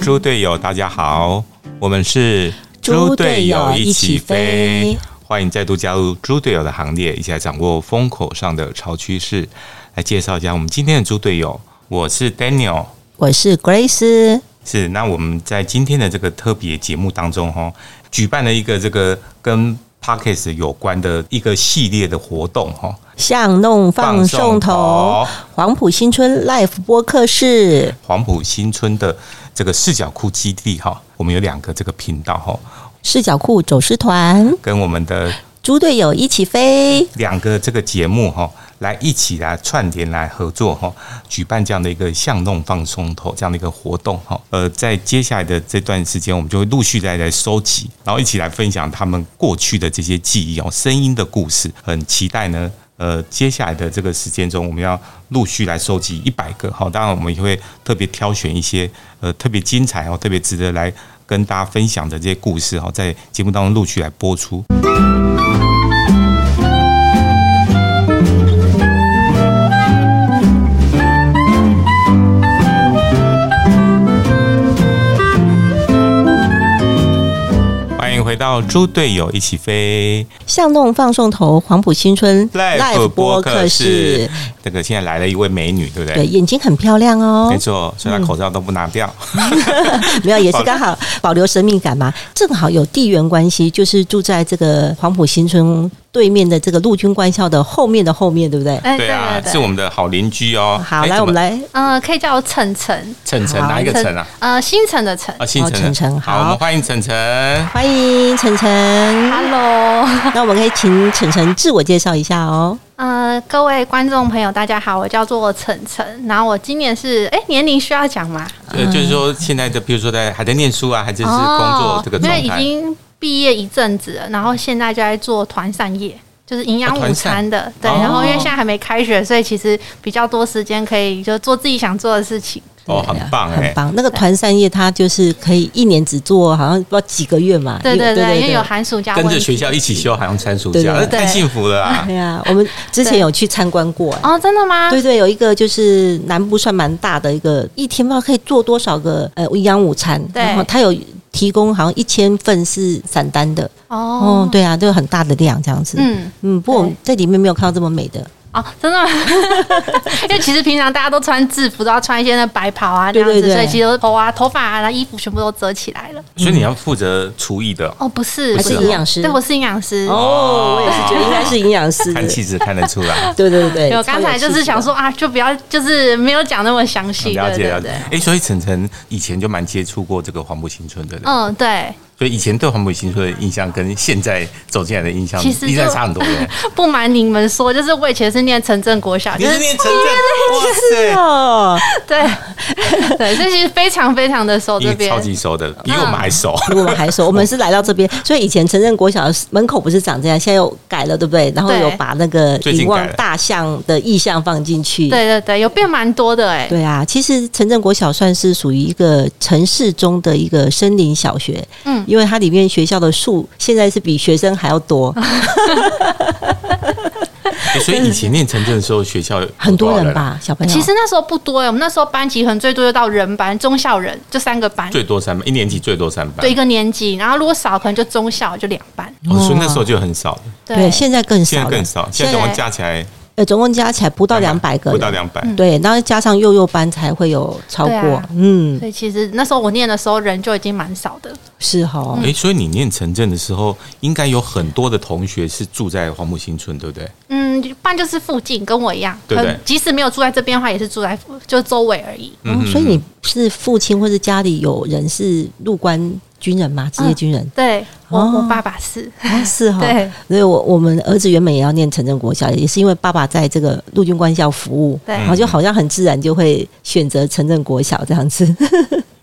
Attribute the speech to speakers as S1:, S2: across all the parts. S1: 猪队友，大家好，我们是
S2: 猪队友一起飞，
S1: 欢迎再度加入猪队友的行列，一起来掌握风口上的潮趋势。来介绍一下我们今天的猪队友，我是 Daniel，
S2: 我是 Grace。
S1: 是那我们在今天的这个特别节目当中，哈，举办了一个这个跟 Pockets 有关的一个系列的活动，哈。
S2: 巷弄放送头，黄埔新村 Life 播客室，
S1: 黄埔新村的这个视角库基地哈，我们有两个这个频道哈，
S2: 视角库走失团
S1: 跟我们的
S2: 猪队友一起飞，
S1: 两个这个节目哈，来一起来串联来合作哈，举办这样的一个巷弄放松头这样的一个活动哈。呃，在接下来的这段时间，我们就会陆续再来收集，然后一起来分享他们过去的这些记忆哦，声音的故事，很期待呢。呃，接下来的这个时间中，我们要陆续来收集一百个哈，当然我们也会特别挑选一些呃特别精彩哦，特别值得来跟大家分享的这些故事哈，在节目当中陆续来播出。欢迎回到猪队友一起飞。
S2: 巷弄放送头，黄埔新村
S1: Live 播客
S2: 室
S1: 室，，这个现在来了一位美女，对不
S2: 对，
S1: 对？
S2: 眼睛很漂亮哦
S1: 没。错，所以她口罩都不拿掉。
S2: 没有，也是刚好保留神秘感嘛。正好有地缘关系，就是住在这个黄埔新村对面的这个陆军官校的后面的后面，对不对？
S3: 哎，
S1: 对啊，
S3: 对
S1: 是我们的好邻居哦。
S2: 好，
S1: 哎
S2: 来，
S1: 怎
S2: 我们
S1: 么
S2: 来
S3: 呃，可以叫我晨晨，
S1: 晨晨，
S2: 好
S1: 哪一个晨啊？
S3: 呃，新城的晨
S1: 啊，姓
S2: 哦
S1: 陈的，
S2: 晨晨好
S1: 我们欢迎晨晨。
S2: 欢迎晨晨。
S3: ，Hello，
S2: 那我们可以请晨晨自我介绍一下哦。
S3: 呃，各位观众朋友，大家好，我叫做晨晨，然后我今年是，哎，年龄需要讲吗？
S1: 呃，就是说现在的，比如说在还在念书啊，还是是工作
S3: 哦，
S1: 这个
S3: 因
S1: 状
S3: 为已
S1: 态，
S3: 经毕业一阵子了，然后现在就在做团膳业。就是营养
S1: 哦团
S3: 午
S1: 膳
S3: 餐的，对，
S1: 哦
S3: 然后因为现在还没开学，所以其实比较多时间可以就做自己想做的事情。
S1: 哦，很棒哎
S2: 很。棒。那个团扇叶，它就是可以一年只做，好像不知道几个月嘛。
S3: 对对
S2: 对
S3: 对，因为有
S2: 对。
S3: 寒暑假
S1: 跟
S3: 问
S1: 着
S3: 题
S1: 学校一起休海洋参暑
S2: 对
S1: 假，
S2: 对
S1: 那
S2: 对
S1: 太幸福了啊！
S2: 对啊，我们之前有去参观过。哎
S3: 哦，真的吗？
S2: 对对，有一个就是南部算蛮大的一个，一天不知道可以做多少个呃营养午餐，
S3: 对
S2: 然后它有提供好像一千份是散单的，哦，
S3: 哦，
S2: 对啊，就很大的量这样子。嗯
S3: 嗯，
S2: 嗯，不过我
S3: 对
S2: 们在里面没有看到这么美的，
S3: 哦，真的吗？ 因为其实平常大家都穿制服，都要穿一些那白袍啊这样子，
S2: 对对对
S3: 所以其实头啊、头发啊、然后衣服全部都遮起来了。
S1: 所以你要负责厨艺的，
S3: 哦，不是，
S2: 还
S1: 是
S2: 是
S1: 啊
S2: 营养师
S3: 对，我是营养师。
S2: 哦，我也是觉得应该是营养师的
S1: 看。气质看得出来。
S2: 对对对，
S3: 对，我
S2: 超
S3: 刚
S2: 有
S3: 才就
S2: 气
S3: 是
S2: 质
S3: 想
S2: 的
S3: 说啊，就不要，就是没有讲那么详细，
S1: 了
S3: 对
S1: 解了
S3: 对
S1: 解
S3: 对。，
S1: 哎，所以晨晨以前就蛮接触过这个黄埔新村的，
S3: 嗯，对，
S1: 所以以前对黄埔新村的印象跟现在走进来的印象，
S3: 其实就
S1: 应该差很多耶。
S3: 不瞒你们说，就是我以前是念城镇国小，
S1: 你
S3: 就是是
S1: 念城镇，哇
S2: 哦，
S3: 对 对，所以其实非常非常的熟
S1: 塞，
S3: 这
S1: 你
S3: 边
S1: 超。级熟的，比我们还熟。
S2: 比我们 还熟。我们是来到这
S1: 哦
S2: 边，所以以前城镇国小门口不是长这样，现在又改了，对不对？然后
S3: 对
S2: 有把那个
S1: 最近
S2: 遗
S1: 改
S2: 忘
S1: 了
S2: 大象的意象放进去。
S3: 对对对，有变蛮多的哎、
S2: 对啊，其实城镇国小算是属于一个城市中的一个森林小学，
S3: 嗯
S2: 因为它里面学校的树现在是比学生还要 多，
S1: 哎所以以前念城镇的时候，学校有
S2: 很多
S1: 多少
S2: 人
S1: 啊？
S2: 吧，小朋友。
S3: 其实那时候不多哎、我们那时候班级可能最多就到人班、中校人，就三个班。
S1: 最多三班，一年级最多三班
S3: 对一。个年级，然后如果少，可能就中小就两班。
S1: 哦，所以那时候就很少了，
S2: 对，现在更
S1: 现
S2: 少
S1: 在
S2: 了，
S1: 更少，现在
S2: 现
S1: 总
S2: 在
S1: 共加起来
S2: 呃总共加起来不到两百个
S1: 不到
S2: 人。
S1: 两百。
S2: 对，然后加上幼幼班才会有超过，
S3: 对啊
S2: 嗯，
S3: 所以其实那时候我念的时候，人就已经蛮少的。
S2: 是哈、
S1: 哎、所以你念城镇的时候，应该有很多的同学是住在黄埔新村，对不对？
S3: 嗯，一般就是附近，跟我一样，
S1: 对不对
S3: 可能即使没有住在这边的话，也是住在附就周围而已。
S2: 哦，所以你是父亲或是家里有人是入关军人嘛，职业军人？
S3: 对我，
S2: 哦
S3: 我爸爸是，
S2: 哦是哈。
S3: 对
S2: 所以我我们儿子原本也要念城镇国小，也是因为爸爸在这个陆军官校服务，
S3: 对
S2: 然后就好像很自然就会选择城镇国小这样子。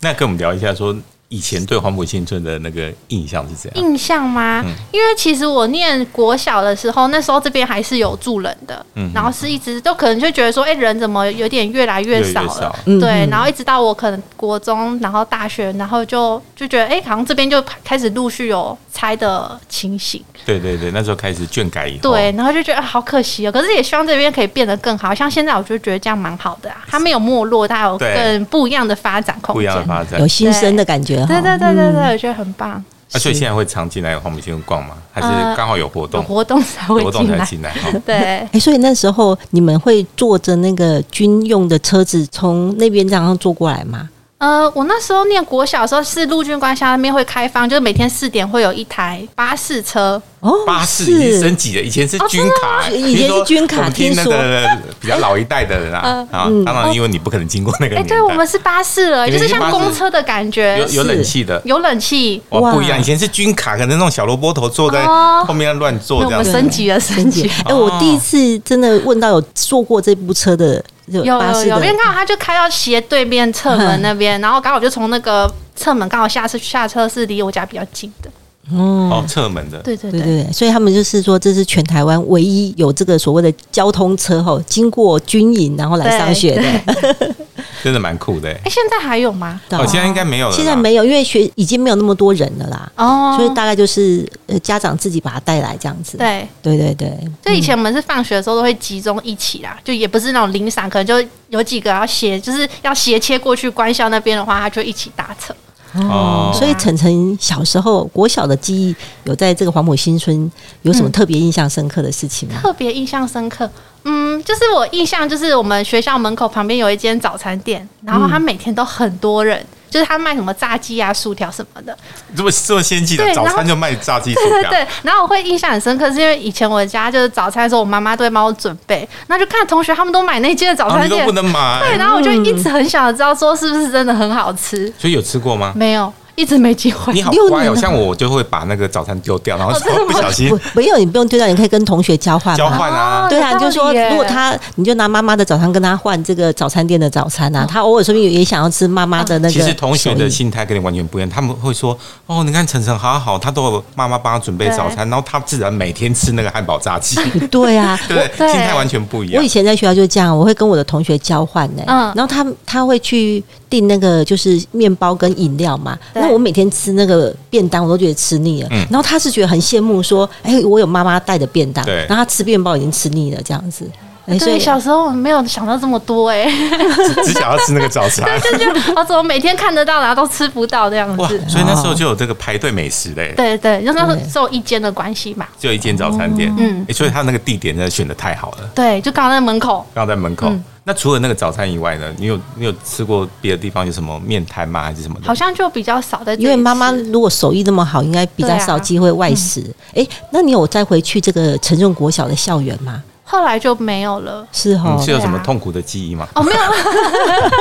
S1: 那跟我们聊一下说。以前对黄埔新村的那个印象是怎样？
S3: 印象吗？
S1: 嗯
S3: 因为其实我念国小的时候，那时候这边还是有住人的，
S1: 嗯
S3: 然后是一直都可能就觉得说，哎、人怎么有点越来越少
S1: 越来越少
S3: 了？
S2: 嗯
S3: 对，
S2: 嗯
S3: 然后一直到我可能国中，然后大学，然后就就觉得，哎、好像这边就开始陆续有拆的情形。
S1: 对对对，那时候开始卷改以后，
S3: 对，然后就觉得、啊好可惜哦。可是也希望这边可以变得更好，像现在我就觉得这样蛮好的啊，它没有没落，它有
S1: 对
S3: 更不一样的发展空
S1: 不一
S3: 间
S1: 样。的发展嗯
S2: 有。新生的感觉哈。
S3: 对对对对对，我觉得很棒，
S1: 啊，所以现在会常进来黄埔新村逛吗？还是刚好有活
S3: 有
S1: 动，
S3: 活动才会
S1: 活动
S3: 进
S1: 才
S3: 来。
S1: 进来哦哈？
S3: 对，
S2: 哎、所以那时候你们会坐着那个军用的车子从那边这样坐过来吗？
S3: 呃，我那时候念国小的时候是陆军官校那边会开放，就是每天四点会有一台巴士车，
S2: 哦，
S1: 巴士
S2: 是
S1: 已经升级了，以前是军卡，
S2: 真的吗以前是军卡
S1: 我们听那
S2: 听
S1: 个比较老一代的人啊，啊，当然因为你不可能经过那个
S3: 哎、
S1: 年代，
S3: 对我们是巴士了，
S1: 你
S3: 就
S1: 们
S3: 是
S1: 是巴
S3: 像
S1: 士
S3: 公车的感觉，
S1: 有有
S2: 是
S1: 冷气的，
S3: 有冷气。
S1: 哇，
S2: 哇
S1: 不一样，以前是军卡，可能那种小萝卜头坐在
S3: 哦
S1: 后面乱坐
S3: 那
S1: 这样
S3: 我们
S1: 子，
S3: 升级了，升
S2: 真姐
S3: 级。，
S2: 哎、我第一次真的问到有坐过这部车的，有
S3: 有
S2: 巴
S3: 有
S2: 士的
S3: 有，因为刚好他就开到斜对面侧门那边，然后刚好我就从那个侧门刚好下车下车是离我家比较近的，
S1: 哦，侧门的，
S3: 对对
S2: 对
S3: 对。
S2: 对对，所以他们就是说，这是全台湾唯一有这个所谓的交通车吼，经过军营然后来上学
S3: 对
S2: 的。
S1: 真的蛮酷的欸。
S3: 哎，现在还有吗？
S1: 哦，现在应该没有了啦，
S2: 现在没有，因为学已经没有那么多人了啦，
S3: 哦，
S2: 所以大概就是呃家长自己把他带来这样子。
S3: 对，
S2: 对对对，
S3: 所以以前我们是放学的时候都会集中一起啦，就也不是那种零散，可能就有几个要斜，就是要斜切过去官校那边的话，他就一起搭车。
S1: 哦
S2: 所以晨晨小时候国小的记忆有在这个黄埔新村有
S3: 嗯
S2: 什么特别印象深刻的事情吗？
S3: 特别印象深刻。嗯，就是我印象就是我们学校门口旁边有一间早餐店，然后他
S1: 嗯
S3: 每天都很多人，就是他卖什么炸鸡啊、薯条什么 的。
S1: 这么这么先进的
S3: 对
S1: 早
S3: 然
S1: 餐
S3: 后
S1: 就卖炸鸡薯
S3: 对对
S1: 条，
S3: 对，然后我会印象很深刻，是因为以前我家就是早餐的时候，我妈妈都会帮我准备，那就看同学他们都买那间的早
S1: 啊，
S3: 餐
S1: 你都
S3: 店
S1: 不，能
S3: 对，
S1: 买，嗯
S3: 然后我就一直很想知道说是不是真的很好吃，
S1: 所以有吃过吗？
S3: 没有，一直没机会
S1: 你。好
S2: 六
S1: 乖
S2: 年
S1: 哦，
S2: 了
S1: 像我就会把那个早餐丢掉，然后
S3: 哦真的吗
S1: 不小心
S2: 不，没有，你不用丢掉，你可以跟同学交换 嘛。
S1: 交换啊
S3: 哦。
S2: 对啊，
S3: 有
S2: 你
S3: 道
S2: 就说
S3: 理耶
S2: 如果他，你就拿妈妈的早餐跟他换这个早餐店的早餐
S3: 嗯
S2: 啊，他偶尔说不定也想要吃妈妈的那
S1: 啊
S2: 个
S1: 其
S2: 手艺。
S1: 实同学的心态跟你完全不一样，他们会说：“哦，你看晨晨好好，他都有妈妈帮他准备
S3: 对
S1: 早餐，然后他自然每天吃那个汉堡炸 鸡，对
S2: 对啊，
S1: 不 对？
S3: 对
S1: 心态完全不一
S2: 我
S1: 样
S2: 以。前在学校就这样，我会跟我的同学交换呢、
S3: 嗯
S2: 然后他他会去订那个就是面包跟饮料嘛。
S3: 对
S2: 那我每天吃那个便当，我都觉得吃腻了。
S1: 嗯
S2: 然后他是觉得很羡慕，说：“哎、我有妈妈带的便当。”
S1: 对
S2: 然后他吃面包已经吃腻了，这样子。哎所
S3: 对，
S2: 以
S3: 小时候我没有想到这么多哎、
S1: 只只想要吃那个早 餐。”
S3: 就觉得我怎么每天看得到，然后都吃不到这样
S1: 哇，
S3: 子。
S1: 所以那时候就有这个排队美食嘞，
S3: 哦对对，就
S2: 对
S3: 是只有一间的关系嘛。
S1: 就一间早餐店，嗯
S3: 嗯，
S1: 所以他那个地点真的选的太好了，
S3: 对，就刚好在门口。
S1: 刚好在门口
S3: 嗯。
S1: 那除了那个早餐以外呢，你有你有吃过别的地方有什么面摊吗？还是什么的？
S3: 好像就比较少在这里吃，
S2: 因为妈妈如果手艺那么好，应该比较少机会外食。
S3: 啊
S2: 哎、那你有再回去这个城镇国小的校园吗？
S3: 后来就没有了。
S2: 是哈、
S1: 嗯，是有什么
S3: 对啊
S1: 痛苦的记忆吗？
S3: 哦，没有，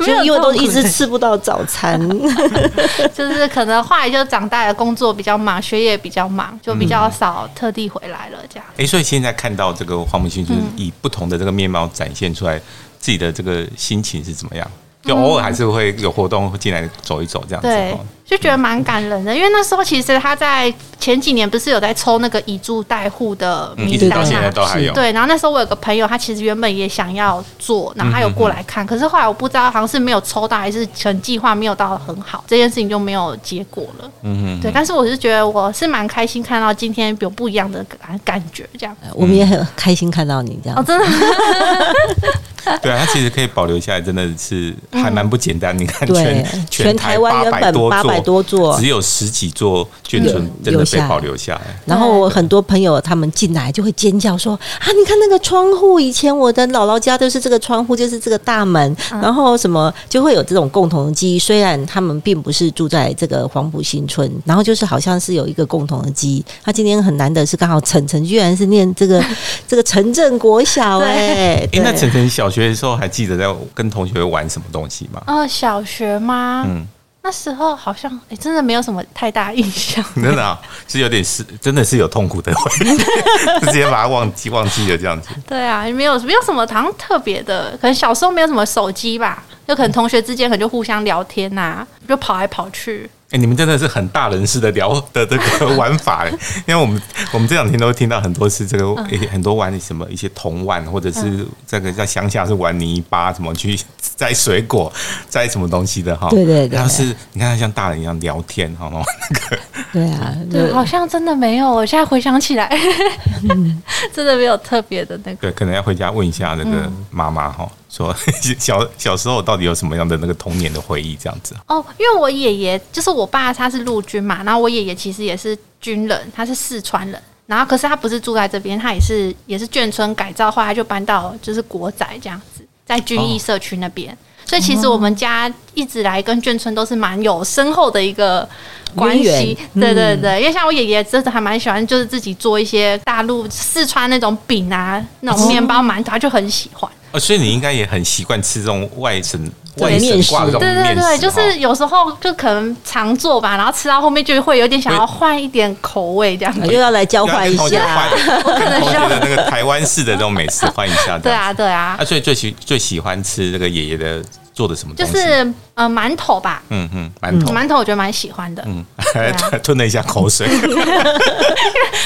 S3: 没
S2: 就
S3: 有
S2: 因为都
S3: 痛苦
S2: 一直吃不到早 餐，
S3: 就是可能后来就长大了，工作比较忙，学业比较忙，就比较少特地回来了这样。
S1: 哎、所以现在看到这个黄埔新村
S2: 嗯
S1: 以不同的这个面貌展现出来，自己的这个心情是怎么样？
S2: 嗯
S1: 就偶尔还是会有活动会进来走一走这样子。
S3: 对
S1: 哦，
S3: 就觉得蛮感人的，因为那时候其实他在前几年不是有在抽那个以住代户的
S1: 嗯，
S3: 名
S1: 一直
S3: 单
S1: 到现在
S3: 嘛。
S1: 都还有。
S3: 对，然后那时候我有个朋友，他其实原本也想要做，然后他有过来
S1: 嗯
S3: 看，可是后来我不知道好像是没有抽到，还是成计划没有到很好，这件事情就没有结果了。
S1: 嗯
S3: 对，但是我是觉得我是蛮开心看到今天有不一样的感感觉，这样
S2: 我们也很开心看到你这样
S3: 哦，。真的
S1: 哼，对啊，它其实可以保留下来，真的是还蛮不简单。你看
S2: 嗯对
S1: 全，
S2: 全
S1: 台
S2: 台湾原
S1: 800
S2: 本
S1: 多
S2: 八百
S1: 座，
S2: 多座
S1: 只，有十几座眷村
S2: 嗯
S1: 真的
S2: 留
S1: 被
S2: 下来
S1: 保留下来。
S2: 然后我很多朋友他们进来就会尖叫说啊，你看那个窗户，以前我的姥姥家都是这个窗户，就是这个大门，
S3: 嗯
S2: 然后什么就会有这种共同的记忆。虽然他们并不是住在这个黄埔新村，然后就是好像是有一个共同的记忆。他今天很难得是刚好晨晨居然是念这个 这个城镇国小哎、
S1: 哎、
S2: 对
S1: 那晨晨小学的时候还记得在跟同学玩什么东西 吗？
S3: 呃，小学吗？
S1: 嗯
S3: 那时候好像哎、真的没有什么太大印象。
S1: 真的、啊、是有点是，真的是有痛苦的回 忆，直接把它忘记忘记了这样子。
S3: 对啊，没有没有什么好像特别的，可能小时候没有什么手机吧，就可能同学之间可能就互相聊天呐、就跑来跑去。
S1: 哎、你们真的是很大人式的聊的这个玩法 欸，因为我们我们这两天都听到很多是这个、
S2: 嗯
S1: 欸很多玩什么一些铜玩，或者是这个在乡下是玩泥巴，怎么去 摘水果、摘什么东西的哈。
S2: 对对对
S1: 哦然后是你看他像大人一样聊天，好吗？那个
S2: 对啊，
S3: 对，好像真的没有。我现在回想起来，真的没有特别的那个。
S1: 对，可能要回家问一下那个
S3: 嗯
S1: 妈妈哈，说 小小时候到底有什么样的那个童年的回忆这样子。
S3: 哦，因为我爷爷就是我爸，他是陆军嘛，然后我爷爷其实也是军人，他是四川人，然后可是他不是住在这边，他也是也是眷村改造，后来就搬到就是国宅这样子，在军艺社区那边。所以其
S2: 哦
S3: 实我们家一直来跟眷村都是蛮有深厚的一个关
S2: 渊
S3: 系，
S2: 源嗯
S3: 对对对，因为像我爷爷真的还蛮喜欢，就是自己做一些大陆四川那种饼啊、那
S2: 哦
S3: 种面包、馒头，他就很喜欢。
S1: 哦，所以你应该也很习惯吃这种外省
S2: 对
S1: 外省挂的这种
S3: 对对
S1: 面食
S3: 对，
S1: 哈，
S3: 就是有时候就可能常做吧，然后吃到后面就会有点想要换一点口味这样
S1: 哎
S2: 啊
S3: 子。
S2: 又要来交
S1: 要
S2: 换
S1: 跟
S2: 一
S1: 同学换
S2: 下，，
S3: 啊
S1: 跟同 学的那个台湾式的那种美食换一下。
S3: 对啊，对
S1: 这样
S3: 啊
S1: 子，啊，所以最喜最喜欢吃这个爷爷的做的什么
S3: 就
S1: 东西？
S3: 是呃馒头吧，
S1: 嗯嗯，馒头。
S3: 馒头我觉得蛮喜欢的，
S1: 嗯
S3: 啊，
S1: 吞了一下口水。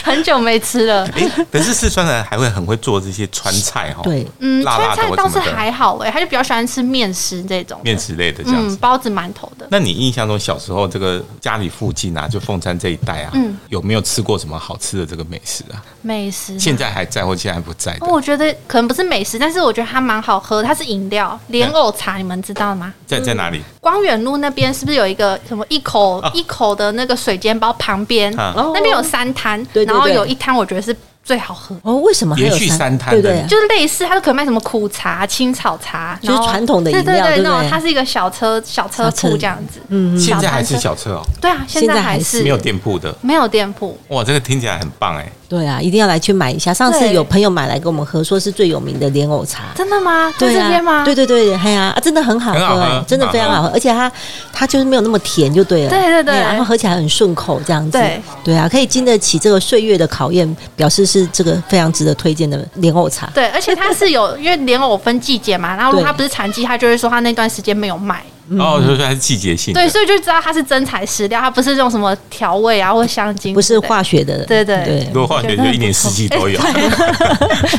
S3: 很久没吃了。
S1: 诶，可是四川人还会很会做这些川菜哈，
S2: 对，
S3: 嗯，
S1: 辣
S3: 川
S1: 辣的
S3: 菜
S1: 或
S3: 倒
S1: 什
S3: 是
S1: 么的
S3: 还好哎、他就比较喜欢吃面食这种的，
S1: 面食类的这样
S3: 嗯
S1: 子，。
S3: 包子馒头的。
S1: 那你印象中小时候这个家里附近啊，就凤山这一带啊，
S3: 嗯
S1: 有没有吃过什么好吃的这个美食啊？
S3: 美食吗
S1: 现在还在或现在还不在的
S3: 哦，？我觉得可能不是美食，但是我觉得它蛮好喝，它是饮料莲藕茶，你们知道吗？
S1: 在在哪里？
S3: 光远路那边是不是有一个什么一口、
S1: 啊
S3: 一口的那个水煎包旁边，
S1: 啊
S3: 那边有三摊，
S2: 哦对对
S3: 然后
S2: 对
S3: 有一摊我觉得是最好喝，
S2: 哦，为什么还有
S1: 连续三摊
S2: 对
S1: 的
S2: 对，啊
S3: 就是类似它都可以卖什么苦茶、青草茶，
S2: 就是
S3: 然后
S2: 传统的饮料
S3: 对
S2: 对不对
S3: 那种它是一个小车小车
S2: 小车
S3: 铺这样子，
S2: 嗯，
S1: 现在还
S3: 小摊
S1: 是
S3: 车
S1: 小车哦，
S3: 对啊，现
S2: 现
S3: 在
S2: 在还
S3: 还
S2: 是
S1: 没
S3: 是
S1: 有店铺的。
S3: 没有店铺，
S1: 哇，这个听起来很棒哎！
S2: 对啊，一定要来去买一下。上次
S3: 对
S2: 有朋友买来跟我们喝，说是最有名的莲藕茶。
S3: 真的吗？在
S2: 对
S3: 这边
S2: 啊，
S3: 吗？
S2: 对对对，哎呀、啊，真的很好喝、
S1: 很好喝
S2: 哎真的非常好喝，而且它它就是没有那么甜，就对了，
S3: 对对对
S2: 哎呀然后喝起来很顺口，这样子，
S3: 对
S2: 啊，可以经得起这个岁月的考验，表示是这个非常值得推荐的莲藕茶。
S3: 对，而且它 是有，因为莲藕分季节嘛，然后如果
S2: 对
S3: 它不是产季，它就会说它那段时间没有卖，
S1: 哦，所以说它是季节性的。
S3: 嗯对，所以就知道它是真材实料，它不是用什么调味啊或香精之类的，
S2: 不是化学的，
S3: 对对
S2: 对
S1: 如果化学就一年四季都 有，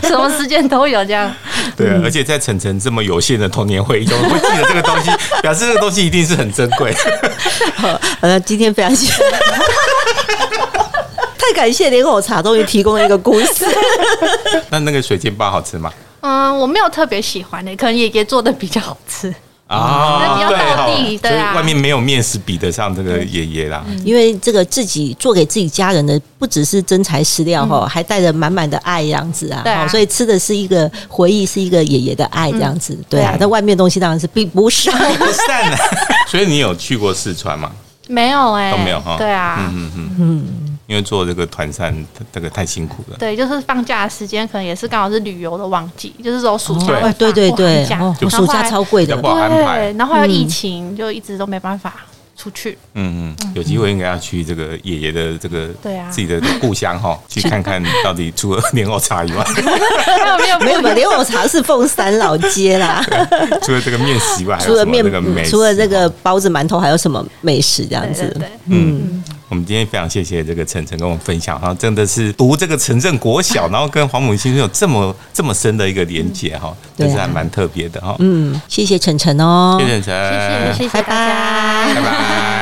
S3: 什么时间都有这样。
S1: 对
S3: 嗯
S1: 啊，而且在晨晨这么有限的童年回忆中， 会记得这个东西，表示这个东西一定是很珍贵。
S2: 好，呃，今天非常谢谢， 太感谢莲藕茶终于提供了一个故事。
S1: 那那个水煎包好吃吗？
S3: 嗯，我没有特别喜欢的、欸可能爷爷做的比较好吃。嗯那
S1: 啊
S3: 比较道地
S1: 所
S3: 对啊
S1: 以外面没有面食比得上这个爷爷啦。
S2: 因为这个自己做给自己家人的，不只是真材实料哈、还带着满满的爱这样子啊，
S3: 嗯对啊嗯
S2: 哦所以吃的是一个回忆，是一个爷爷的爱这样子，对
S1: 对
S2: 啊
S1: 啊。
S2: 那外面的东西当然是并不是，啊
S1: 不散了， 所以你有去过四川吗？
S3: 没有哎、
S1: 都没有哈
S3: 对啊，
S1: 嗯嗯嗯，因为做这个团膳，这个太辛苦了，
S3: 对，就是放假的时间，可能也是刚好是旅游的旺季，就是说暑
S1: 对
S3: 假
S2: 哦
S3: 会放
S2: 对对对
S3: 放，假
S2: 哦，
S3: 然后
S2: 暑
S3: 后
S2: 假
S3: 来
S2: 超贵
S1: 比较
S2: 的
S1: 不，好安排
S3: 对，。然后还有疫情，就一直都没办法出去。
S1: 嗯嗯，有机会应该要去这个爷爷的这个
S3: 对啊
S1: 自己的故乡 哈，去看看到底除了莲藕茶以外，
S3: 还 有没有
S2: 没有没有，莲藕茶是凤山老街啦。
S1: 除了这个面食以外，还
S2: 除
S1: 有
S2: 了
S1: 什么
S2: 面
S1: 这个美，食
S2: 除了这个包子、馒头，还有什么美食这样
S3: 对
S2: 子？
S3: 对对，
S1: 嗯，我们今天非常谢谢这个晨晨跟我们分享哈，真的是读这个城镇国小，然后跟黄母心有这么这么深的一个连结哈，
S2: 对啊
S1: 真是还蛮特别的哈。
S2: 嗯，谢谢晨晨哦，
S1: 谢谢晨晨，
S3: 谢谢谢谢大家。
S1: 拜拜。